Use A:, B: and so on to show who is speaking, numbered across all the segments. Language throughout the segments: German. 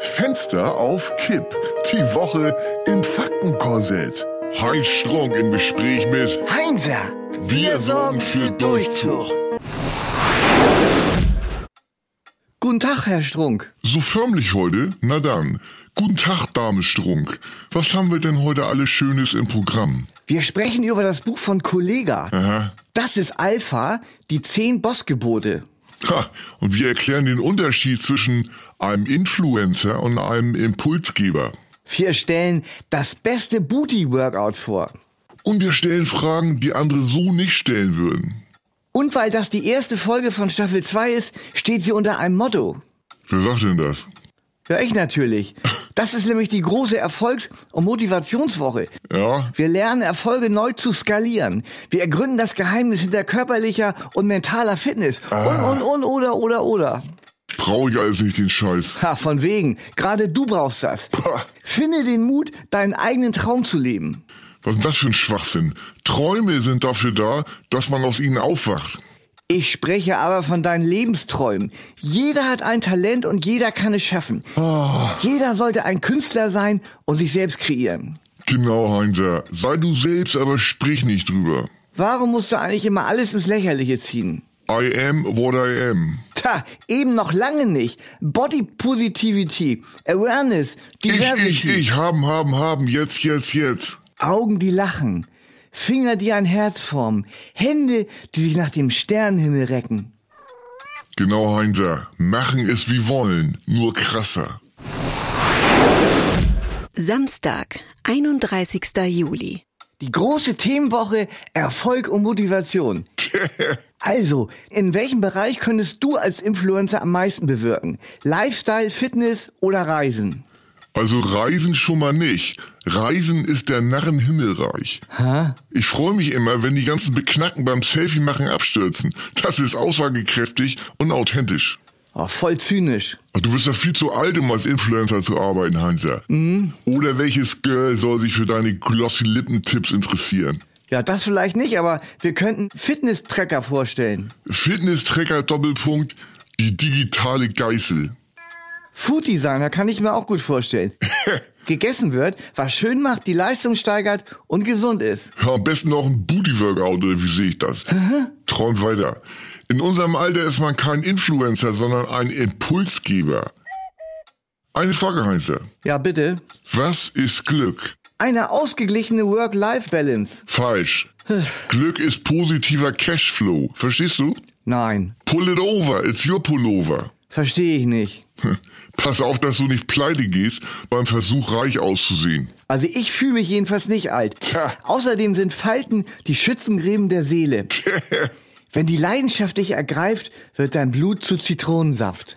A: Fenster auf Kipp. Die Woche im Faktenkorsett. Heinz Strunk im Gespräch mit
B: Heinzer,
A: Wir sorgen für Durchzug.
B: Guten Tag, Herr Strunk.
A: So förmlich heute? Na dann. Guten Tag, Dame Strunk. Was haben wir denn heute alles Schönes im Programm?
B: Wir sprechen über das Buch von Kollega.
A: Aha.
B: Das ist Alpha, die zehn Bossgebote.
A: Ha, und wir erklären den Unterschied zwischen einem Influencer und einem Impulsgeber.
B: Wir stellen das beste Booty-Workout vor.
A: Und wir stellen Fragen, die andere so nicht stellen würden.
B: Und weil das die erste Folge von Staffel 2 ist, steht sie unter einem Motto.
A: Wer sagt denn das?
B: Ja, ich natürlich. Das ist nämlich die große Erfolgs- und Motivationswoche.
A: Ja,
B: Wir lernen Erfolge neu zu skalieren. Wir ergründen das Geheimnis hinter körperlicher und mentaler Fitness. Und, und, und, oder, oder, oder.
A: brauche ich alles nicht den Scheiß.
B: Ha, von wegen. Gerade du brauchst das.
A: Pah,
B: Finde den Mut, deinen eigenen Traum zu leben.
A: was ist denn das für ein Schwachsinn? Träume sind dafür da, dass man aus ihnen aufwacht.
B: Ich spreche aber von deinen Lebensträumen. Jeder hat ein Talent und jeder kann es schaffen.
A: Ah,
B: Jeder sollte ein Künstler sein und sich selbst kreieren.
A: Genau, Heinzer. Sei du selbst, aber sprich nicht drüber.
B: Warum musst du eigentlich immer alles ins Lächerliche ziehen?
A: I am what I am.
B: Tja, eben noch lange nicht. Body Positivity, Awareness,
A: Ich,
B: Diversity,
A: ich, ich, haben, haben, haben, jetzt, jetzt, jetzt.
B: Augen, die lachen, Finger, die ein Herz formen, Hände, die sich nach dem Sternenhimmel recken.
A: Genau, Heinzer. Machen ist wie wollen, nur krasser.
C: Samstag, 31. Juli.
B: Die große Themenwoche Erfolg und Motivation. Also, in welchem Bereich könntest du als Influencer am meisten bewirken? Lifestyle, Fitness oder Reisen?
A: Also Reisen schon mal nicht. Reisen ist der Narrenhimmelreich.
B: Hä?
A: Ich freue mich immer, wenn die ganzen Beknacken beim Selfie machen abstürzen. Das ist aussagekräftig und authentisch.
B: Oh, voll zynisch.
A: Ach, du bist ja viel zu alt, um als Influencer zu arbeiten, Hansa. Oder welches Girl soll sich für deine glossy Lippentipps interessieren?
B: Ja, das vielleicht nicht, aber wir könnten Fitness-Tracker vorstellen.
A: Fitness-Tracker Doppelpunkt, die digitale Geißel.
B: Food Designer kann ich mir auch gut vorstellen. Gegessen wird, was schön macht, die Leistung steigert und gesund ist.
A: Ja, am besten noch ein Booty-Workout, oder wie sehe ich das? Träum weiter. In unserem Alter ist man kein Influencer, sondern ein Impulsgeber. Eine Frage, Heinzer.
B: Ja, bitte.
A: Was ist Glück?
B: Eine ausgeglichene Work-Life-Balance.
A: Falsch. Glück ist positiver Cashflow. Verstehst du?
B: Nein,
A: Pull it over, it's your pullover.
B: verstehe ich nicht.
A: Pass auf, dass du nicht pleite gehst beim Versuch, reich auszusehen.
B: Also ich fühle mich jedenfalls nicht alt.
A: Tja.
B: Außerdem sind Falten die Schützengräben der Seele. Wenn die Leidenschaft dich ergreift, wird dein Blut zu Zitronensaft.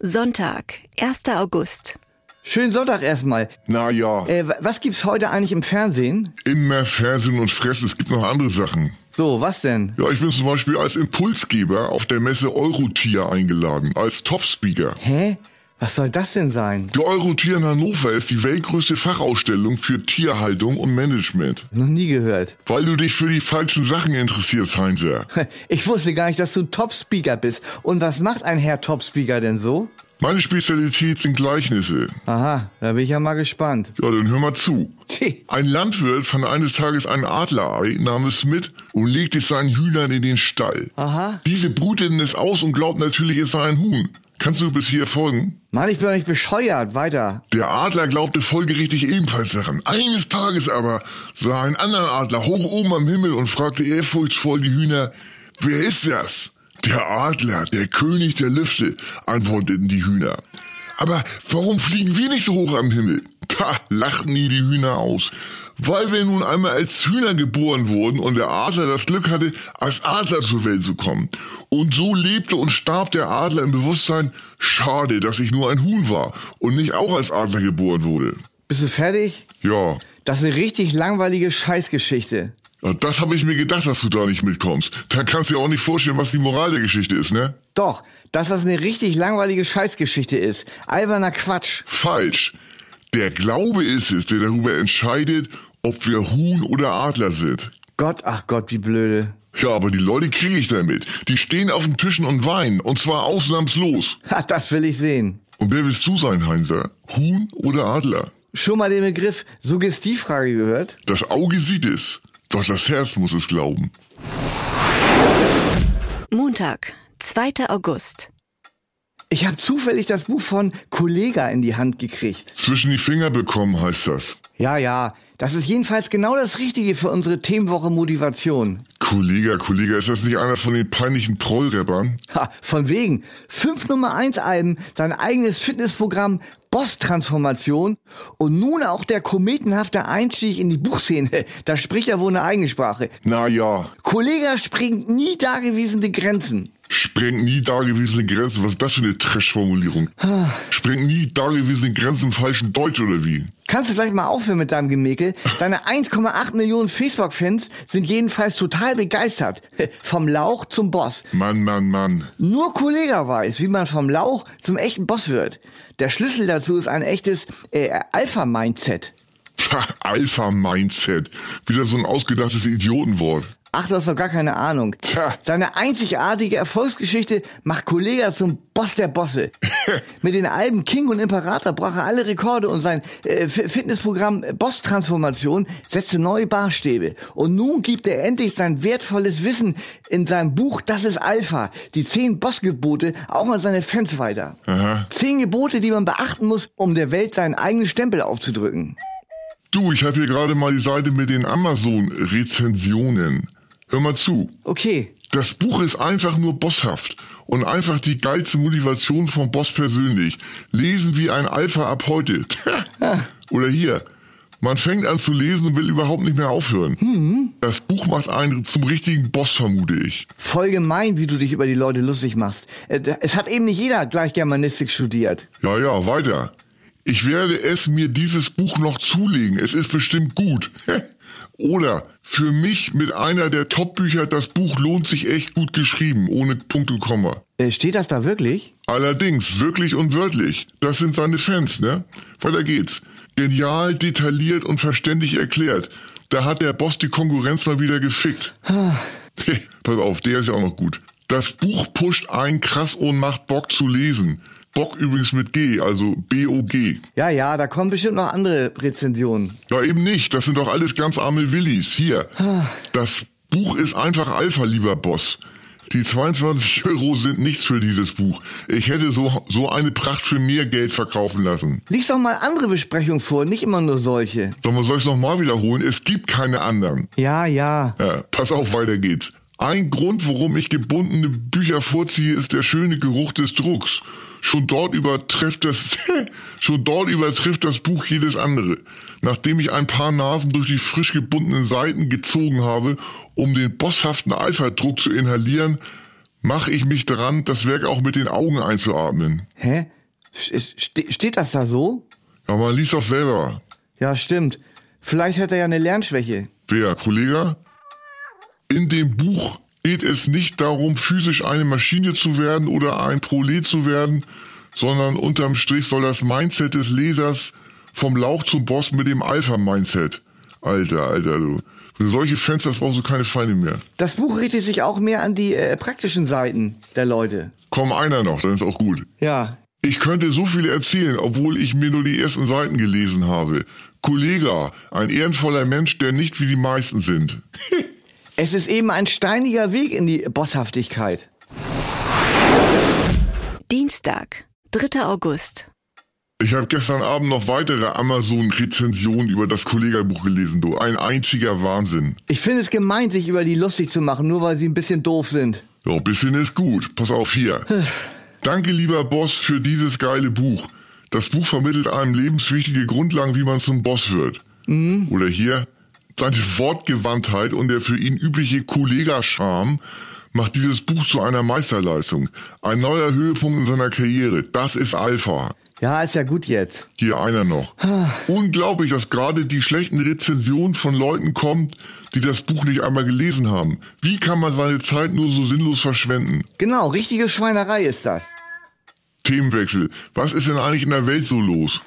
C: Sonntag, 1. August.
B: Schönen Sonntag erstmal.
A: Naja,
B: Äh, wa- was gibt's heute eigentlich im Fernsehen?
A: immer Fernsehen und Fressen, es gibt noch andere Sachen.
B: So, was denn?
A: Ja, ich bin zum Beispiel als Impulsgeber auf der Messe Eurotier eingeladen, als Top-Speaker.
B: Hä? Was soll das denn sein?
A: Die Eurotier in Hannover ist die weltgrößte Fachausstellung für Tierhaltung und Management.
B: Noch nie gehört.
A: Weil du dich für die falschen Sachen interessierst, Heinzer.
B: Ich wusste gar nicht, dass du ein Top-Speaker bist. Und was macht ein Herr Top-Speaker denn so?
A: Meine Spezialität sind Gleichnisse.
B: Aha, da bin ich ja mal gespannt.
A: Ja, dann hör mal zu.
B: Tch,
A: Ein Landwirt fand eines Tages ein Adlerei namens Smith und legte es seinen Hühnern in den Stall.
B: Aha.
A: Diese brüteten es aus und glaubten natürlich, es sei ein Huhn. Kannst du bis hier folgen?
B: Mann, ich bin doch nicht bescheuert. Weiter.
A: Der Adler glaubte folgerichtig ebenfalls daran. Eines Tages aber sah ein anderer Adler hoch oben am Himmel und fragte ehrfurchtsvoll die Hühner, wer ist das? Der Adler, der König der Lüfte, antworteten die Hühner. Aber warum fliegen wir nicht so hoch am Himmel? Da lachten die, die Hühner aus. Weil wir nun einmal als Hühner geboren wurden und der Adler das Glück hatte, als Adler zur Welt zu kommen. Und so lebte und starb der Adler im Bewusstsein, schade, dass ich nur ein Huhn war und nicht auch als Adler geboren wurde.
B: Bist du fertig?
A: Ja,
B: Das ist eine richtig langweilige Scheißgeschichte.
A: das habe ich mir gedacht, dass du da nicht mitkommst. Dann kannst du dir auch nicht vorstellen, was die Moral der Geschichte ist, ne?
B: Doch, dass das eine richtig langweilige Scheißgeschichte ist. Alberner Quatsch.
A: Falsch. Der Glaube ist es, der darüber entscheidet, ob wir Huhn oder Adler sind.
B: Gott, ach Gott, wie blöde.
A: Ja, aber die Leute kriege ich damit. Die stehen auf den Tischen und weinen. Und zwar ausnahmslos.
B: Ha, das will ich sehen.
A: Und wer willst du sein, Heinzer? Huhn oder Adler?
B: Schon mal den Begriff Suggestivfrage gehört?
A: Das Auge sieht es. Doch das Herz muss es glauben.
C: Montag, 2. August.
B: Ich habe zufällig das Buch von Kollega in die Hand gekriegt.
A: Zwischen die Finger bekommen heißt das.
B: Ja, ja, das ist jedenfalls genau das Richtige für unsere Themenwoche Motivation.
A: Kollege, Kollege, ist das nicht einer von den peinlichen Prollrappern?
B: Ha, von wegen. Fünf Nummer eins Alben, sein eigenes Fitnessprogramm, Boss-Transformation und nun auch der kometenhafte Einstieg in die Buchszene. Da spricht er wohl eine eigene Sprache.
A: Na ja,
B: Kollega springt nie dagewesene Grenzen.
A: sprengt nie dagewesene Grenzen. Was ist das für eine Trash-Formulierung? Sprengt nie dagewesene Grenzen im falschen Deutsch oder wie?
B: Kannst du vielleicht mal aufhören mit deinem Gemäkel? Deine 1,8 Millionen Facebook-Fans sind jedenfalls total begeistert. Vom Lauch zum Boss.
A: Mann, Mann, Mann.
B: Nur Kollega weiß, wie man vom Lauch zum echten Boss wird. Der Schlüssel dazu ist ein echtes äh, Alpha-Mindset.
A: Pah, Alpha-Mindset. Wieder so ein ausgedachtes Idiotenwort.
B: Ach, du hast doch gar keine Ahnung.
A: Tja.
B: Seine einzigartige Erfolgsgeschichte macht Kollega zum Boss der Bosse. Mit den Alben King und Imperator brach er alle Rekorde und sein äh, Fi- Fitnessprogramm äh, Boss-Transformation setzte neue Barstäbe. Und nun gibt er endlich sein wertvolles Wissen in seinem Buch Das ist Alpha, die zehn Bossgebote, auch an seine Fans weiter.
A: Aha.
B: Zehn Gebote, die man beachten muss, um der Welt seinen eigenen Stempel aufzudrücken.
A: Du, ich habe hier gerade mal die Seite mit den Amazon-Rezensionen. Hör mal zu.
B: Okay,
A: Das Buch ist einfach nur bosshaft und einfach die geilste Motivation vom Boss persönlich. Lesen wie ein Alpha ab heute. Oder hier. Man fängt an zu lesen und will überhaupt nicht mehr aufhören. Das Buch macht einen zum richtigen Boss, vermute ich.
B: Voll gemein, wie du dich über die Leute lustig machst. Äh, da- Es hat eben nicht jeder gleich Germanistik studiert.
A: Ja, ja, weiter. Ich werde es mir dieses Buch noch zulegen. Es ist bestimmt gut. Oder für mich mit einer der Top-Bücher, das Buch lohnt sich echt gut geschrieben, ohne Punkt und Komma.
B: Äh, Steht das da wirklich?
A: Allerdings, wirklich und wörtlich. Das sind seine Fans, ne? Weiter geht's. Genial, detailliert und verständlich erklärt. Da hat der Boss die Konkurrenz mal wieder gefickt. Pass auf, der ist ja auch noch gut. Das Buch pusht ein krass und macht Bock zu lesen. Bock übrigens mit G, also B-O-G.
B: Ja, ja, da kommen bestimmt noch andere Rezensionen.
A: Ja, eben nicht. Das sind doch alles ganz arme Willis. Hier. Das Buch ist einfach Alpha, lieber Boss. Die 22 Euro sind nichts für dieses Buch. Ich hätte so, so eine Pracht für mehr Geld verkaufen lassen.
B: Lies doch mal andere Besprechungen vor, nicht immer nur solche.
A: Doch man soll es nochmal wiederholen. Es gibt keine anderen.
B: Ja, ja.
A: Ja, pass auf, weiter geht's. Ein Grund, warum ich gebundene Bücher vorziehe, ist der schöne Geruch des Drucks. Schon dort übertrifft das, schon dort übertrifft das Buch jedes andere. Nachdem ich ein paar Nasen durch die frisch gebundenen Seiten gezogen habe, um den bosshaften Alpha-Druck zu inhalieren, mache ich mich daran, das Werk auch mit den Augen einzuatmen.
B: Hä? Sch- ste- steht das da so?
A: Ja, man liest doch selber.
B: Ja, stimmt. Vielleicht hat er ja eine Lernschwäche.
A: Wer, Kollege? In dem Buch geht es nicht darum, physisch eine Maschine zu werden oder ein Prolet zu werden, sondern unterm Strich soll das Mindset des Lesers vom Lauch zum Boss mit dem Alpha-Mindset. Alter, alter, du. Für solche Fans, das brauchst du keine Feinde mehr.
B: Das Buch richtet sich auch mehr an die äh, praktischen Seiten der Leute.
A: Komm einer noch, dann ist auch gut.
B: Ja.
A: Ich könnte so viel erzählen, obwohl ich mir nur die ersten Seiten gelesen habe. Kollege, ein ehrenvoller Mensch, der nicht wie die meisten sind.
B: Es ist eben ein steiniger Weg in die Bosshaftigkeit.
C: Dienstag, 3. August.
A: Ich habe gestern Abend noch weitere Amazon-Rezensionen über das Kollegabuch gelesen, du. Ein einziger Wahnsinn.
B: Ich finde es gemein, sich über die lustig zu machen, nur weil sie ein bisschen doof sind.
A: Ja, ein bisschen ist gut. Pass auf hier. Danke, lieber Boss, für dieses geile Buch. Das Buch vermittelt einem lebenswichtige Grundlagen, wie man zum Boss wird. Oder hier, seine Wortgewandtheit und der für ihn übliche Kollegascham macht dieses Buch zu einer Meisterleistung. Ein neuer Höhepunkt in seiner Karriere. Das ist Alpha.
B: Ja, ist ja gut jetzt.
A: Hier einer noch. Unglaublich, dass gerade die schlechten Rezensionen von Leuten kommt, die das Buch nicht einmal gelesen haben. Wie kann man seine Zeit nur so sinnlos verschwenden?
B: Genau, richtige Schweinerei ist das.
A: Themenwechsel. Was ist denn eigentlich in der Welt so los?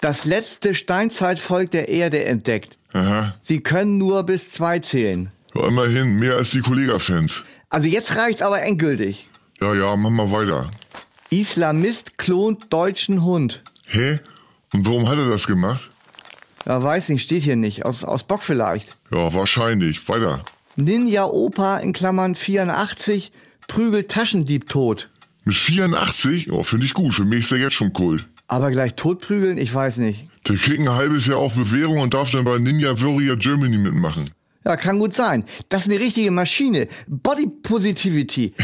B: Das letzte Steinzeitvolk der Erde entdeckt.
A: Aha.
B: Sie können nur bis zwei zählen.
A: Ja, immerhin mehr als die Kollega-Fans.
B: Also jetzt reicht's aber endgültig.
A: Ja, ja, mach mal weiter.
B: Islamist klont deutschen Hund.
A: Hä? Und warum hat er das gemacht?
B: Ja, weiß nicht, steht hier nicht. Aus, aus Bock vielleicht.
A: Ja, wahrscheinlich. Weiter.
B: Ninja Opa in Klammern 84 prügelt Taschendieb tot.
A: Mit 84? Oh, finde ich gut. Für mich ist er jetzt schon Kult.
B: Aber gleich totprügeln? Ich weiß nicht.
A: Der kriegt ein halbes Jahr auf Bewährung und darf dann bei Ninja Warrior Germany mitmachen.
B: Ja, kann gut sein. Das ist eine richtige Maschine. Body Positivity.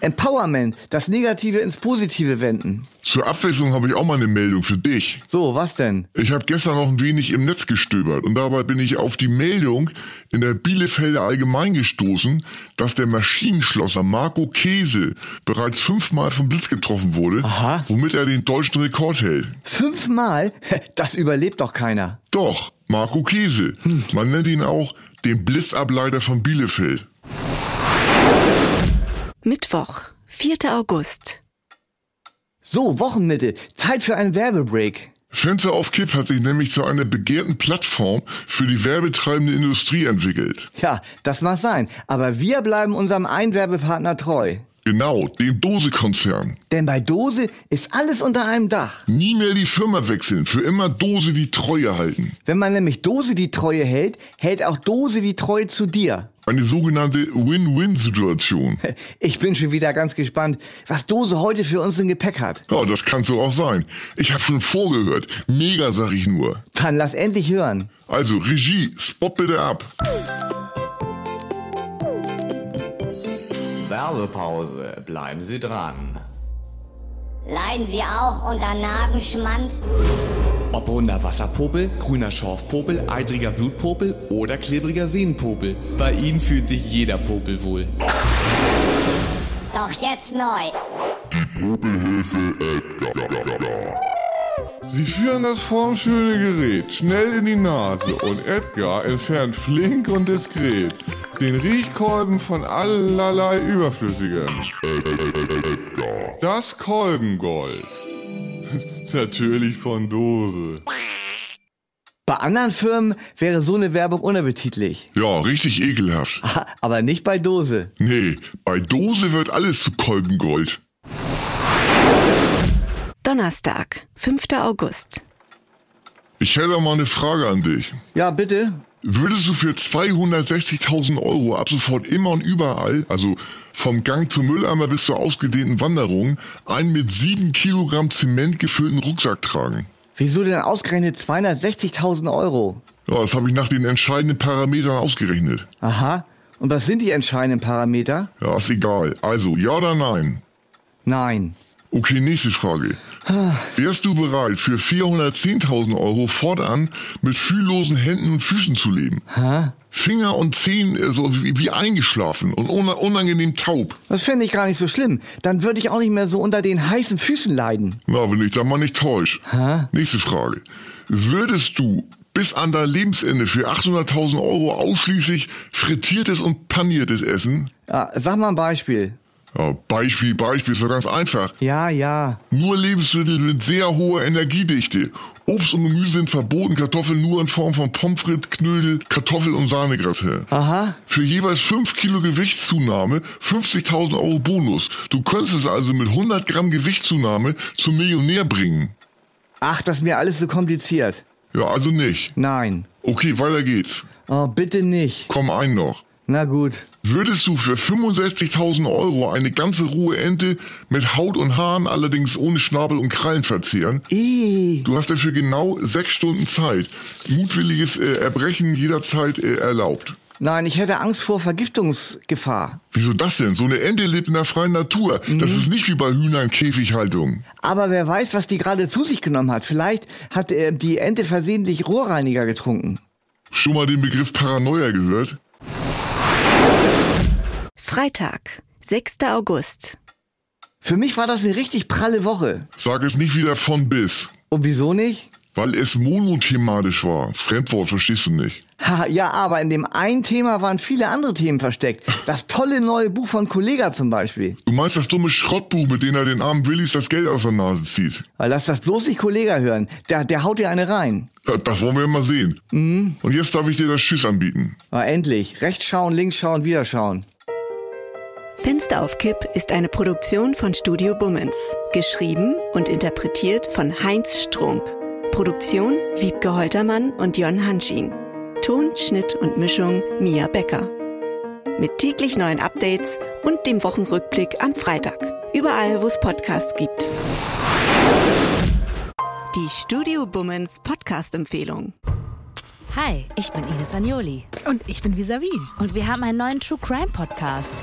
B: Empowerment. Das Negative ins Positive wenden.
A: Zur Abwechslung habe ich auch mal eine Meldung für dich.
B: So, was denn?
A: Ich habe gestern noch ein wenig im Netz gestöbert und dabei bin ich auf die Meldung in der Bielefelder Allgemein gestoßen, dass der Maschinenschlosser Marco Käse bereits fünfmal vom Blitz getroffen wurde,
B: Aha.
A: womit er den deutschen Rekord hält.
B: Fünfmal? Das überlebt doch keiner.
A: Doch, Marco Käse. Man nennt ihn auch den Blitzableiter von Bielefeld.
C: Mittwoch, 4. August.
B: So, Wochenmitte. Zeit für einen Werbebreak.
A: Fenster auf Kipp hat sich nämlich zu einer begehrten Plattform für die werbetreibende Industrie entwickelt.
B: Ja, das mag sein. Aber wir bleiben unserem Einwerbepartner treu.
A: Genau, dem Dose-Konzern.
B: Denn bei Dose ist alles unter einem Dach.
A: Nie mehr die Firma wechseln, für immer Dose die Treue halten.
B: Wenn man nämlich Dose die Treue hält, hält auch Dose die Treue zu dir.
A: Eine sogenannte Win-Win-Situation.
B: Ich bin schon wieder ganz gespannt, was Dose heute für uns im Gepäck hat.
A: Ja, das kann so auch sein. Ich habe schon vorgehört. Mega, sag ich nur.
B: Dann lass endlich hören.
A: Also, Regie, spot bitte ab.
D: Werbepause. Bleiben Sie dran.
E: Leiden Sie auch unter Nasenschmand?
F: Ob runder Wasserpopel, grüner Schorfpopel, eitriger Blutpopel oder klebriger Sehnenpopel. Bei Ihnen fühlt sich jeder Popel wohl.
E: Doch jetzt neu.
A: Sie führen das formschöne Gerät schnell in die Nase und Edgar entfernt flink und diskret den Riechkolben von allerlei Überflüssigem. Das Kolbengold. Natürlich von Dose.
B: Bei anderen Firmen wäre so eine Werbung unappetitlich.
A: Ja, richtig ekelhaft.
B: Ha, Aber nicht bei Dose.
A: Nee, bei Dose wird alles zu Kolbengold.
C: Donnerstag, 5. August.
A: Ich hätte mal eine Frage an dich.
B: Ja, bitte.
A: Würdest du für 260.000 Euro ab sofort immer und überall, also vom Gang zum Mülleimer bis zur ausgedehnten Wanderung, einen mit sieben Kilogramm Zement gefüllten Rucksack tragen?
B: Wieso denn ausgerechnet 260.000 Euro?
A: Ja, das habe ich nach den entscheidenden Parametern ausgerechnet.
B: Aha. Und was sind die entscheidenden Parameter?
A: Ja, ist egal. Also, ja oder nein?
B: Nein.
A: Okay, nächste Frage. Wärst du bereit, für 410.000 Euro fortan mit fühllosen Händen und Füßen zu leben? Finger und Zehen äh, so wie, wie eingeschlafen und una- unangenehm taub.
B: Das fände ich gar nicht so schlimm. Dann würde ich auch nicht mehr so unter den heißen Füßen leiden.
A: Na, wenn ich da mal nicht täusch. Nächste Frage. Würdest du bis an dein Lebensende für 800.000 Euro ausschließlich frittiertes und paniertes essen?
B: Ja, Ah, sag mal ein Beispiel.
A: Ja, Beispiel, Beispiel, ist doch ganz einfach.
B: Ja, ja.
A: Nur Lebensmittel mit sehr hoher Energiedichte. Obst und Gemüse sind verboten, Kartoffeln nur in Form von Pommes frites, Knödel, Kartoffel und Sahnegratin.
B: Aha.
A: Für jeweils 5 Kilo Gewichtszunahme 50.000 Euro Bonus. Du könntest es also mit 100 Gramm Gewichtszunahme zum Millionär bringen.
B: Ach, das ist mir alles so kompliziert.
A: Ja, also nicht.
B: Nein.
A: Okay, weiter geht's.
B: Oh, bitte nicht.
A: Komm ein noch.
B: Na gut.
A: Würdest du für 65.000 Euro eine ganze rohe Ente mit Haut und Haaren, allerdings ohne Schnabel und Krallen verzehren?
B: Ih.
A: Du hast dafür genau sechs Stunden Zeit. Mutwilliges äh, Erbrechen jederzeit äh, erlaubt.
B: Nein, ich hätte Angst vor Vergiftungsgefahr.
A: Wieso das denn? So eine Ente lebt in der freien Natur. Das ist nicht wie bei Hühnern Käfighaltung.
B: Aber wer weiß, was die gerade zu sich genommen hat. Vielleicht hat äh, die Ente versehentlich Rohrreiniger getrunken.
A: Schon mal den Begriff Paranoia gehört?
C: Freitag, 6. August.
B: Für mich war das eine richtig pralle Woche.
A: Sag es nicht wieder von bis.
B: Und wieso nicht?
A: Weil es monothematisch war. Fremdwort verstehst du nicht.
B: Ha, ja, aber in dem einen Thema waren viele andere Themen versteckt. Das tolle neue Buch von Kollega zum Beispiel.
A: Du meinst das dumme Schrottbuch, mit dem er den armen Willis das Geld aus der Nase zieht.
B: Weil lass das bloß nicht Kollega hören. Der, der haut dir eine rein.
A: Ja, Das wollen wir mal sehen. Und jetzt darf ich dir das Tschüss anbieten.
B: Aber endlich. Rechts schauen, links schauen, wieder schauen.
C: Fenster auf Kipp ist eine Produktion von Studio Bummens. Geschrieben und interpretiert von Heinz Strunk. Produktion Wiebke Holtermann und Jon Hanschin. Ton, Schnitt und Mischung Mia Becker. Mit täglich neuen Updates und dem Wochenrückblick am Freitag. Überall, wo es Podcasts gibt. Die Studio Bummens Podcast-Empfehlung.
G: Hi, ich bin Ines Agnoli.
H: Und ich bin Visavi.
G: Und wir haben einen neuen True Crime Podcast.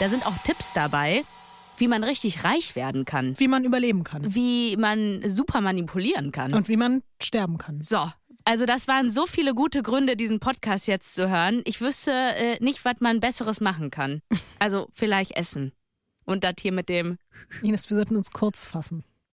G: Da sind auch Tipps dabei, wie man richtig reich werden kann,
H: Wie man überleben kann.
G: wie man super manipulieren kann.
H: Und wie man sterben kann.
G: So. Also das waren so viele gute Gründe, diesen Podcast jetzt zu hören. Ich wüsste äh, nicht, was man Besseres machen kann. Also vielleicht essen. Und das hier mit dem
H: Ines, wir sollten uns kurz fassen.